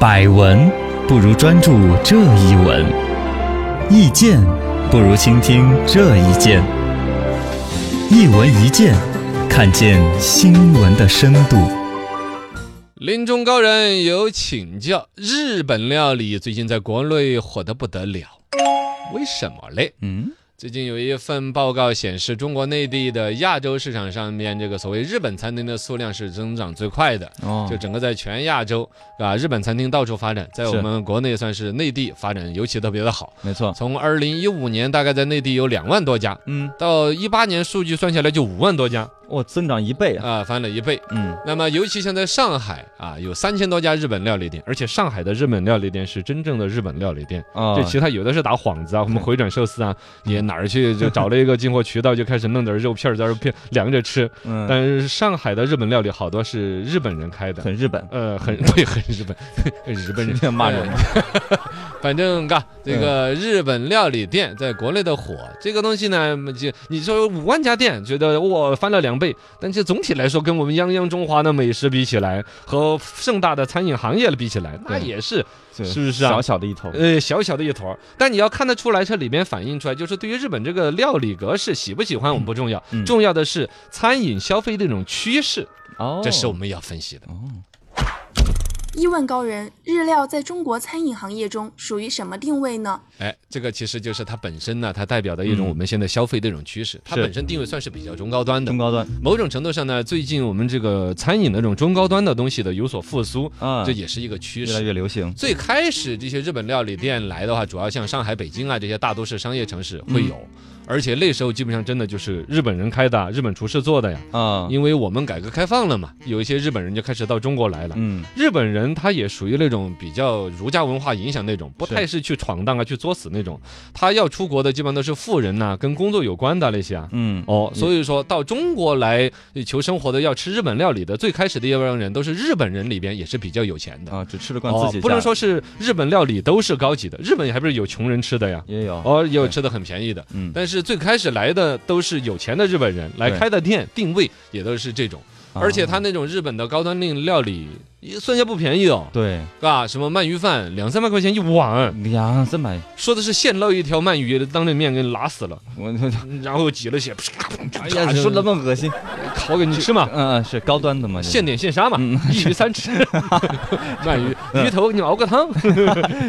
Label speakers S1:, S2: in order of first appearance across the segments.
S1: 百闻不如专注这一闻，意见不如倾听这一见。一闻一见，看见新闻的深度。
S2: 临终高人有请教：日本料理最近在国内火得不得了，为什么嘞？
S1: 嗯，
S2: 最近有一份报告显示，中国内地的亚洲市场上面，这个所谓日本餐厅的数量是增长最快的。
S1: 哦
S2: 就整个在全亚洲啊，日本餐厅到处发展，在
S1: 是
S2: 我们国内算是内地发展尤其特别的好。
S1: 没错。
S2: 从二零一五年大概在内地有两万多家，
S1: 嗯，
S2: 到一八年数据算下来就五万多家
S1: 我增长一倍啊。
S2: 啊、翻了一倍。
S1: 嗯，
S2: 那么，尤其像在上海啊，有三千多家日本料理店，而且上海的日本料理店是真正的日本料理店。
S1: 啊
S2: 就其他有的是打幌子啊，我们回转寿司啊，也哪儿去就找了一个进货渠道，就开始弄点肉片儿在这儿片凉着吃。
S1: 嗯，
S2: 但是上海的日本料理好多是日本人开的，
S1: 很日本，
S2: 呃，很 对，很日本，很日本人
S1: 骂人嗯
S2: 呃反正嘎，这个日本料理店在国内的火，这个东西呢，嗯就你说五万家店，觉得哇翻了两倍，但是总体来说，跟我们泱泱中华的美食比起来，和盛大的餐饮行业比起来，那
S1: 对
S2: 也是
S1: 就是
S2: 不是啊
S1: 小小的一头，
S2: 呃，小小的一坨儿，但你要看得出来，这里面反映出来，就是对于日本这个料理格式喜不喜欢我们不重要，
S1: 嗯
S2: 重要的是餐饮消费的一种趋势，
S1: 哦
S2: 这是我们要分析的。
S3: 一问高人，日料在中国餐饮行业中属于什么定位呢？
S2: 哎，这个其实就是它本身呢，它代表的一种
S1: 嗯
S2: 我们现在消费的一种趋势，它
S1: 是嗯
S2: 本身定位算是比较中高端的
S1: 中。高端
S2: 某种程度上呢，最近我们这个餐饮的这种中高端的东西的有所复苏，
S1: 啊
S2: 这，也是一个趋
S1: 越来
S2: 势。
S1: 越流行。
S2: 最开始这些日本料理店来的话，主要像上海、北京啊这些大都市商业城市会
S1: 嗯
S2: 有，而且那时候基本上真的就是日本人开的，日本厨师做的呀。
S1: 啊，
S2: 因为我们改革开放了嘛，有一些日本人就开始到中国来了。
S1: 嗯，
S2: 日本人他也属于那种比较儒家文化影响那种，不
S1: 是
S2: 太是去闯荡啊、去作死那种。他要出国的基本上都是富人呐、跟工作有关的那些啊。
S1: 嗯，
S2: 哦，所以说到中国来呃求生活的，要吃日本料理的，最开始的一帮人都是日本人里边也是比较有钱的。
S1: 啊，只吃得惯
S2: 哦
S1: 自己，
S2: 不
S1: 家
S2: 能说是日本料理都是高级的，日本还不是有穷人吃的呀。
S1: 也有，
S2: 哦，也有
S1: 对
S2: 吃的很便宜的，
S1: 嗯
S2: 但是最开始来的都是有钱的日本人来
S1: 对
S2: 开的店，定位也都是这种，而且
S1: 啊
S2: 他那种日本的高端令料理，也算下不便宜哦，
S1: 对
S2: 是吧？什么鳗鱼饭两三百块钱一碗，
S1: 两三百，
S2: 说的是现捞一条鳗鱼当那面给你拉死了，
S1: 我
S2: 然后挤了血，啪
S1: 哎
S2: 哎
S1: 呀，说那么恶心，
S2: 烤给你吃嘛，
S1: 嗯嗯，是嗯高端的嘛，就是
S2: 现点现杀嘛，一鱼三 吃，鳗
S1: 嗯
S2: 鱼鱼头给你熬个汤，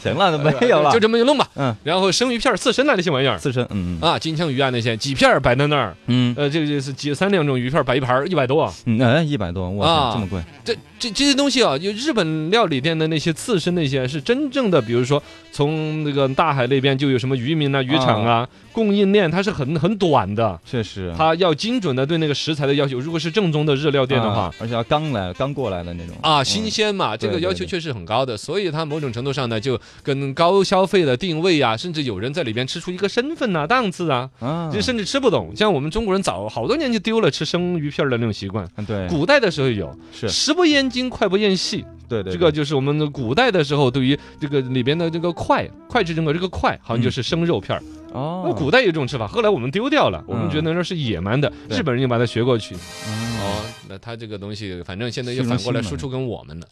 S1: 行了，没有了，
S2: 就这么一弄吧。
S1: 哎嗯，
S2: 然后生鱼片儿、刺身啊那些玩意儿
S1: 刺身，嗯
S2: 啊，金枪鱼啊那些几片儿摆在那儿，
S1: 嗯
S2: 呃，这个就是几三两种鱼片儿摆一盘儿，一百多啊。
S1: 嗯，哎，一百多，哇
S2: 啊
S1: 塞，这么贵，
S2: 这这这些东西啊，就日本料理店的那些刺身那些是真正的，比如说从那个大海那边就有什么渔民啊、渔场啊，供应链它是很很短的。
S1: 确实。
S2: 它要精准的对那个食材的要求，如果是正宗的日料店的话
S1: 啊，，而且要刚来、刚过来的那种
S2: 啊，
S1: 嗯
S2: 新鲜嘛，这个
S1: 对
S2: 要
S1: 对
S2: 求
S1: 对
S2: 确实很高的，所以它某种程度上呢，就跟高消费的定位啊，甚至有人在里边吃出一个身份呐、档次啊，
S1: 啊，
S2: 就甚至吃不懂。像我们中国人早好多年就丢了吃生鱼片儿的那种习惯。
S1: 嗯对，
S2: 古代的时候有，
S1: 是
S2: 食不厌精，快不厌细。
S1: 对对
S2: 这个就是我们的古代的时候，对于这个里边的这个块，块质中的这个块，好像就是生肉片儿。
S1: 对
S2: 那
S1: 哦，
S2: 古代有这种吃法，后来我们丢掉了，我
S1: 嗯
S2: 们觉得那是野蛮的，
S1: 对
S2: 日本人就把它学过去。
S1: 哦
S2: 哦，那他这个东西，反正现在
S1: 市
S2: 又
S1: 中
S2: 反过来
S1: 心嘛
S2: 输出跟我们了。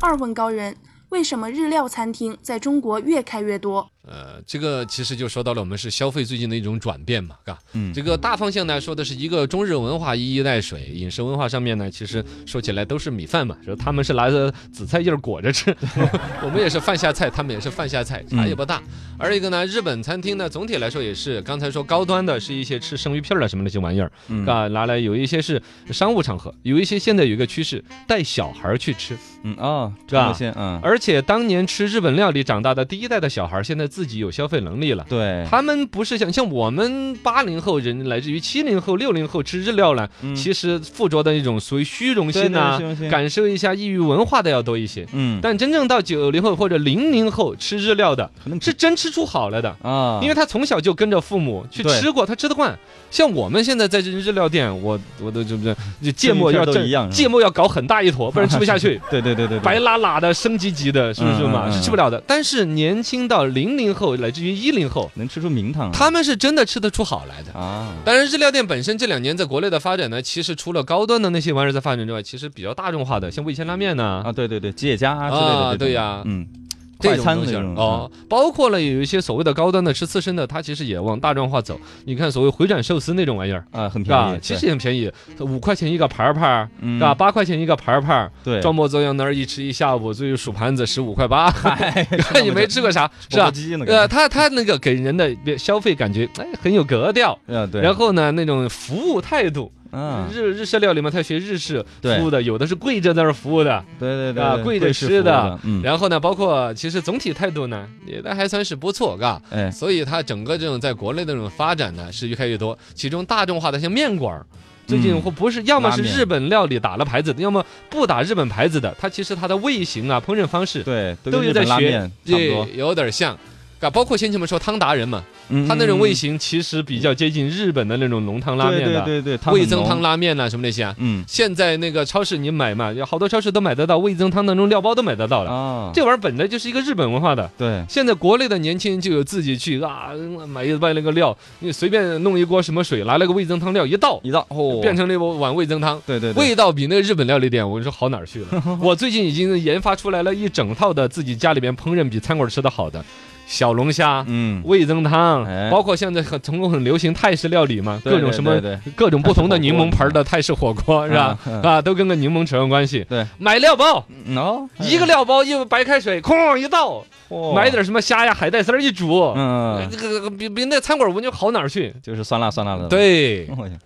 S3: 二问高人，为什么日料餐厅在中国越开越多？
S2: 呃，这个其实就说到了我们是消费最近的一种转变嘛，嘎。
S1: 嗯
S2: 这个大方向呢，说的是一个中日文化一衣带水，饮食文化上面呢，其实说起来都是米饭嘛，说他们是拿着紫菜叶儿裹着吃，我们也是饭下菜，他们也是饭下菜，差异不大。而一个呢，日本餐厅呢，总体来说也是刚才说高端的，是一些吃生鱼片儿啊什么那些玩意儿，
S1: 嗯
S2: 啊，拿来有一些是商务场合，有一些现在有一个趋势，带小孩儿去吃。
S1: 嗯哦，
S2: 是吧
S1: 这么鲜嗯，
S2: 而且当年吃日本料理长大的第一代的小孩儿，现在自己有消费能力了。
S1: 对，
S2: 他们不是像像我们八零后人，来自于七零后、六零后吃日料呢，
S1: 嗯
S2: 其实附着的一种属于虚荣
S1: 对
S2: 心呐、
S1: 对虚荣心
S2: 感受一下异域文化的要多一些。
S1: 嗯，
S2: 但真正到九零后或者零零后吃日料的，
S1: 可能
S2: 是真吃出好来的。
S1: 嗯啊，
S2: 因为他从小就跟着父母去
S1: 对
S2: 吃过，他吃得惯。像我们现在在这日料店，我我都这不这就芥末要
S1: 都
S2: 蘸
S1: 一样是吧
S2: 芥末要搞很大一坨，不然吃不 下去。
S1: 对对对对，对
S2: 白拉拉的、升级级的，是不是嘛？
S1: 嗯嗯嗯
S2: 是吃不了的。但是年轻到零零零后乃至于一零后，
S1: 能吃出名堂
S2: 他们是真的吃得出好来的。
S1: 啊，
S2: 当然，日料店本身这两年在国内的发展呢，其实除了高端的那些玩意儿在发展之外，其实比较大众化的，像味千拉面呐、
S1: 啊，对对对，吉野家啊之类的
S2: 嗯啊
S1: 这种
S2: 对呀
S1: 嗯，
S2: 这
S1: 快
S2: 种
S1: 餐
S2: 东西
S1: 那
S2: 儿
S1: 种嗯
S2: 哦，包括了有一些所谓的高端的吃刺身的，它其实也往大众化走。你看所谓回转寿司那种玩意儿，
S1: 啊，很
S2: 是
S1: 便
S2: 吧
S1: 宜，？
S2: 其实也很便宜，嗯五块钱一个盘儿盘儿，
S1: 对
S2: 是吧？，八块钱一个盘儿盘儿，
S1: 嗯嗯对，
S2: 装模作样那儿一吃一下午，最后数盘子十五块 八，看 你没吃过啥是
S1: 钵钵
S2: 吧？
S1: 鸡那
S2: 呃，
S1: 个，
S2: 他他那个给人的消费感觉，哎，很有格调。
S1: 呃，对，
S2: 然后呢，那种服务态度，
S1: 嗯，
S2: 日日式料理嘛，他学日式
S1: 对
S2: 服务的，有的是跪着在那儿服务的，
S1: 对对对
S2: 啊
S1: 对，
S2: 跪着
S1: 式
S2: 吃
S1: 服务
S2: 的
S1: 的，嗯，
S2: 然后呢，包括其实总体态度呢，也那还算是不错，嘎。
S1: 哎，
S2: 所以它整个这种在国内的这种发展呢，是越开越多。其中大众化的像面馆儿，最近
S1: 嗯
S2: 或不是，要么
S1: 拉
S2: 是
S1: 面
S2: 日本料理打了牌子的，要么不打日本牌子的。它其实它的味型啊、烹饪方式
S1: 对，都
S2: 都
S1: 跟
S2: 有
S1: 日
S2: 在
S1: 本拉
S2: 学
S1: 面，差不
S2: 对
S1: 多，，
S2: 有点像。啊，包括先前我们说汤达人嘛，
S1: 嗯
S2: 他那种味。
S1: 嗯嗯
S2: 型其实比较接近日本的那种浓汤拉
S1: 对
S2: 面
S1: 对
S2: 的，
S1: 对对，汤
S2: 味
S1: 很
S2: 增
S1: 浓
S2: 汤，拉面呐、什么那些啊。
S1: 嗯
S2: 现在那个超市你买嘛，有好多超市都买得到味增汤，当中料包都买得到了。
S1: 啊，
S2: 这玩意儿本来就是一个日本文化的。
S1: 对
S2: 现在国内的年轻人就有自己去啊买一卖那个料，你随便弄一锅什么水，拿了个味增汤料一倒，
S1: 一道哦，
S2: 变成了一碗味增汤。
S1: 对对对
S2: 味道比那个日本料理店，我跟你说好哪儿去 了。我最近已经研发出来了一整套的自己家里边烹饪比餐馆吃的好的小龙虾、
S1: 嗯，
S2: 味增汤
S1: 哎，
S2: 包括现在很成功很流行泰式料理嘛，
S1: 对
S2: 各种什么
S1: 对对对
S2: 各种不同的柠檬牌的泰式火锅是吧？啊，都跟个柠檬扯上关系。
S1: 嗯对，
S2: 买料包，
S1: 嗯哦，
S2: 一个料包，一白开水，哐一倒，
S1: 哦
S2: 买点什么虾呀、海带丝儿一煮，
S1: 嗯，
S2: 这个比比那餐馆文就好哪儿去？
S1: 就是酸辣酸辣的，
S2: 对
S1: 哎，呀，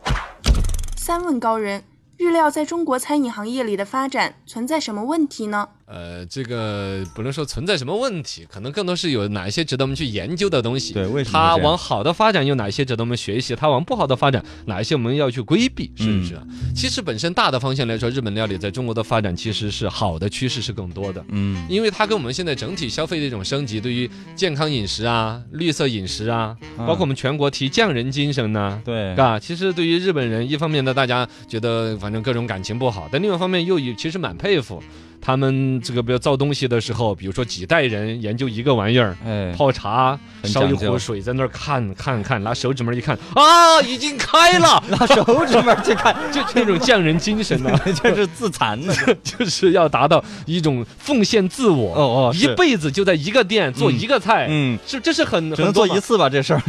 S3: 三问高人，日料在中国餐饮行业里的发展存在什么问题呢？
S2: 呃，这个不能说存在什么问题，可能更多是有哪一些值得我们去研究的东西。
S1: 对，为什么
S2: 它
S1: 会这样
S2: 往好的发展有哪一些值得我们学习？它往不好的发展哪一些我们要去规避？
S1: 嗯
S2: 是不是啊？其实本身大的方向来说，日本料理在中国的发展其实是好的趋势是更多的。
S1: 嗯
S2: 因为它跟我们现在整体消费的一种升级，对于健康饮食啊、绿色饮食啊，
S1: 嗯
S2: 包括我们全国提匠人精神呢、
S1: 对
S2: 啊，其实对于日本人，一方面呢，大家觉得反正各种感情不好，但另外一方面又以其实蛮佩服他们这个，比如造东西的时候，比如说几代人研究一个玩意儿。
S1: 哎
S2: 泡茶，
S1: 很
S2: 烧一
S1: 讲究
S2: 壶水，在那儿看看看，拿手指门一看，啊，已经开 了，
S1: 拿手指门去看，
S2: 就那种匠人精神呢、
S1: 这是自残的。
S2: 就是要达到一种奉献自我，
S1: 哦哦，
S2: 一
S1: 是
S2: 辈子就在一个店做一个菜，
S1: 嗯，
S2: 是这是很
S1: 只能
S2: 很多
S1: 做一
S2: 嘛
S1: 次吧，这事 儿。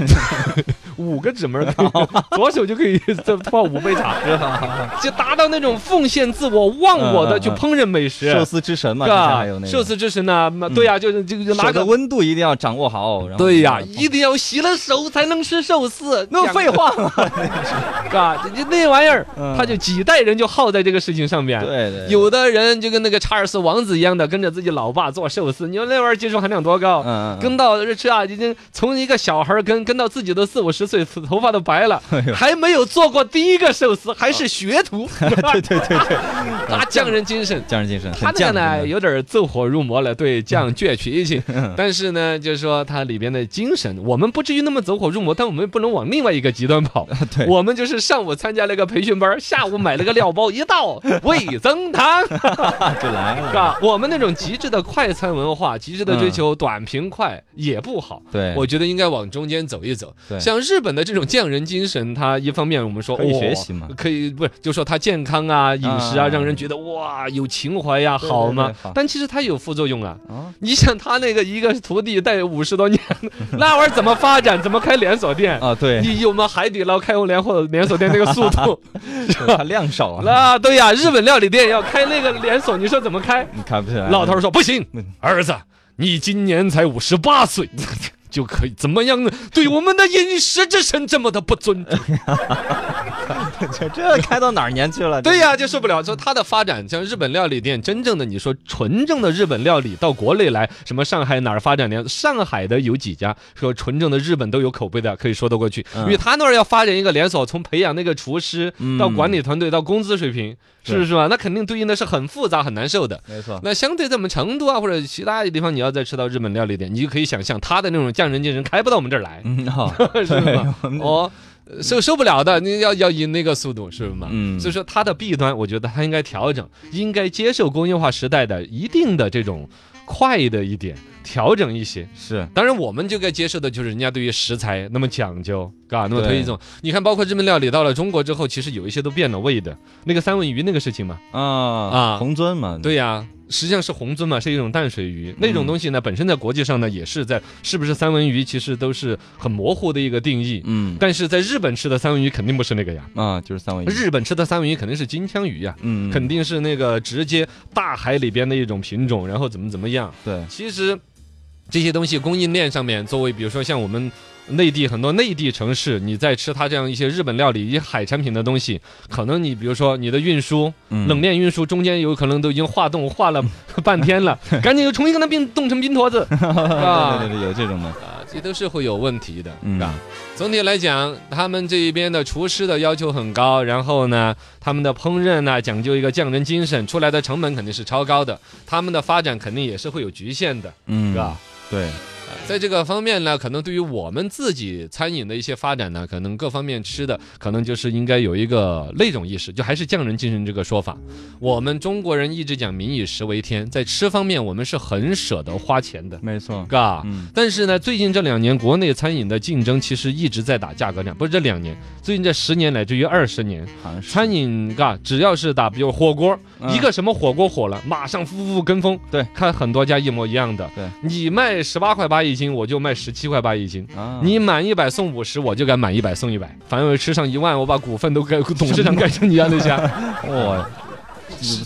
S2: 五个指 门儿可以，左手就可以这泡五杯茶，就达到那种奉献自我、忘我的
S1: 嗯嗯
S2: 去
S1: 嗯
S2: 烹饪美食，
S1: 寿司之神嘛，
S2: 是
S1: 之前
S2: 吧
S1: 还有？那个嗯
S2: 寿司之神呢？那对呀，就是就就拿
S1: 手的
S2: 个。
S1: 温度一定要掌握好。然后
S2: 对呀，
S1: 这个
S2: 一定要洗了手才能吃寿司，
S1: 那废话 嘛。
S2: 话，这这那玩意儿，
S1: 嗯
S2: 他就几代人就耗在这个事情上面。
S1: 对对，
S2: 有的人就跟那个查尔斯王子一样的，跟着自己老爸做寿司，你说那玩意儿技术含量多高？
S1: 嗯嗯
S2: 跟到这啊，已经从一个小孩儿跟跟到自己都四五十岁，头发都白了
S1: 哎，呦啊
S2: 还没有做过第一个寿司，还是学 徒，
S1: 对对 对对，
S2: 大匠人精神。
S1: 匠人精神，很
S2: 他那个
S1: 匠
S2: 呢，
S1: 人
S2: 有点走火入魔了，对匠倔脾气。但是呢，就是说它里边的精神，我们不至于那么走火入魔，但我们也不能往另外一个极端跑。
S1: 对
S2: 我们就是上午参加了个培训班，下午买了个料包，一到味增汤。
S1: 啊就来了。
S2: 是吧？我们那种极致的快餐文化，极致的追求短平快也不好。
S1: 嗯对
S2: 我觉得应该往中间走一走。
S1: 对
S2: 像日本的这种匠人精神，它一方面我们说
S1: 可以
S2: 哦
S1: 学习嘛
S2: 可以不是就说它健康啊、饮食啊，
S1: 啊
S2: 让人觉得哇有情怀呀、
S1: 对
S2: 好嘛
S1: 对好。
S2: 但其实它有副作用啊。
S1: 啊，
S2: 你想他那个一个徒弟带五十多年， 那玩意儿怎么发展？怎么开连锁店？
S1: 啊， 对，
S2: 你有我们海底捞开连或连锁店那个速 度？
S1: 他量少啊，
S2: 那对呀，日本料理店要开那个连锁，你说怎么开？
S1: 你看不起来。
S2: 老头儿说：“不行
S1: 嗯，
S2: 儿子，你今年才五十八岁， 就可以怎么样呢？对我们的饮食之神这么的不尊重，
S1: 这 这开到哪儿年去了？
S2: 对呀、就受不了。说它的发展，像日本料理店，真正的你说纯正的日本料理到国内来，什么上海哪儿发展连上海的有几家说纯正的日本都有口碑的，可以说得过去。
S1: 嗯
S2: 因为他那儿要发展一个连锁，从培养那个厨师
S1: 嗯
S2: 到管理团队到工资水平，是不是吧？那肯定对应的是很复杂很难受的。
S1: 没错，
S2: 那相对在我们成都啊或者其他的地方，你要再吃到日本料理店，你就可以想象他的那种匠人精神开不到我们这儿来，
S1: 嗯， 哎好，
S2: 是吗？哦，呃受受不了的，你要要以那个速度，是吗？
S1: 嗯
S2: 所以说它的弊端，我觉得它应该调整，应该接受工业化时代的一定的这种快的一点，调整一些。
S4: 是
S2: 当然，我们就该接受的就是人家对于食材那么讲究，嘎，那么
S4: 对
S2: 推一种。你看，包括这门料理到了中国之后，其实有一些都变了味的。那个三文鱼那个事情嘛，
S4: 啊
S2: 啊
S4: 红尊嘛，
S2: 对呀、实际上是红鳟嘛，是一种淡水
S4: 嗯
S2: 鱼。那种东西呢，本身在国际上呢，也是在是不是三文鱼，其实都是很模糊的一个定义。
S4: 嗯
S2: 但是在日本吃的三文鱼肯定不是那个呀，
S4: 啊，就是三文鱼，
S2: 日本吃的三文鱼肯定是金枪鱼呀，
S4: 嗯
S2: 肯定是那个直接大海里边的一种品种，然后怎么怎么样。
S4: 对，
S2: 其实这些东西供应链上面，作为比如说像我们内地很多内地城市，你在吃它这样一些日本料理、一些海产品的东西，可能你比如说你的运输、
S4: 嗯
S2: 冷链运输中间有可能都已经化冻化了 半天 了，赶紧又重新给它冰冻成冰坨子
S4: 对
S2: 啊
S4: 对。对，有这种的，
S2: 啊，这都是会有问题的，
S4: 嗯
S2: 是吧？总体来讲，他们这一边的厨师的要求很高，然后呢，他们的烹饪呢讲究一个匠人精神，出来的成本肯定是超高的，他们的发展肯定也是会有局限的，
S4: 嗯
S2: 是吧？
S4: 对，
S2: 在这个方面呢，可能对于我们自己餐饮的一些发展呢，可能各方面吃的可能就是应该有一个那种意识，就还是匠人精神这个说法。我们中国人一直讲民以食为天，在吃方面我们是很舍得花钱的，
S4: 没错，
S2: 嘎。
S4: 嗯
S2: 但是呢，最近这两年国内餐饮的竞争其实一直在打价格战，不是这两年，最近这十年乃至于二十年，
S4: 好像是
S2: 餐饮嘎，只要是打比如火锅，
S4: 嗯
S2: 一个什么火锅火了，马上夫妇跟风，
S4: 对，
S2: 看很多家一模一样的，
S4: 对，
S2: 你卖十八块八一斤，我就卖十七块八一
S1: 嗯
S2: 斤。
S4: 啊，
S2: 你满一百送五十，我就敢满一百送一百。反正吃上一万，我把股份都给董事长改成你家那家。
S4: 哇，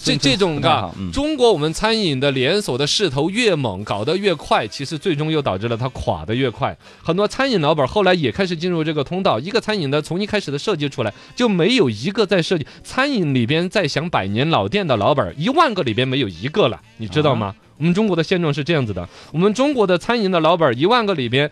S2: 这这种
S4: 不太
S2: 嘎
S4: 好，嗯
S2: 中国我们餐饮的连锁的势头越猛，搞得越快，其实最终又导致了它垮得越快。很多餐饮老板后来也开始进入这个通道，一个餐饮的从一开始的设计出来，就没有一个在设计餐饮里边在想百年老店的老板，一万个里边没有一个了，你知道吗？我们中国的现状是这样子的，我们中国的餐饮的老板一万个里边，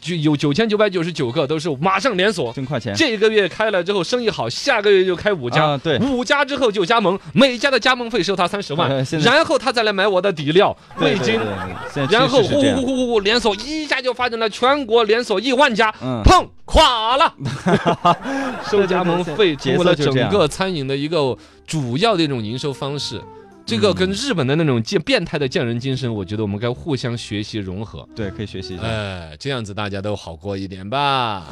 S2: 就有九千九百九十九个都是马上连锁，
S4: 挣快钱，
S2: 这个月开了之后生意好，下个月就开五家，
S4: 啊对
S2: 五家之后就加盟，每家的加盟费收他三十万，
S4: 呃现在
S2: 然后他再来买我的底料、味
S4: 对
S2: 精，
S4: 对对对现在
S2: 然后
S4: 趋势
S2: 呼
S4: 是这样
S2: 呼呼呼呼呼连锁一下就发展了全国连锁一万家，
S4: 嗯
S2: 砰垮了，收
S4: 对
S2: 加盟费成
S4: 节
S2: 为
S4: 奏
S2: 了
S4: 就
S2: 整
S4: 这样
S2: 个餐饮的一个主要的一种营收方式。这个
S4: 嗯
S2: 跟日本的那种变变态的匠人精神，我觉得我们该互相学习融合。
S4: 对，可以学习一下。
S2: 哎，这样子大家都好过一点吧。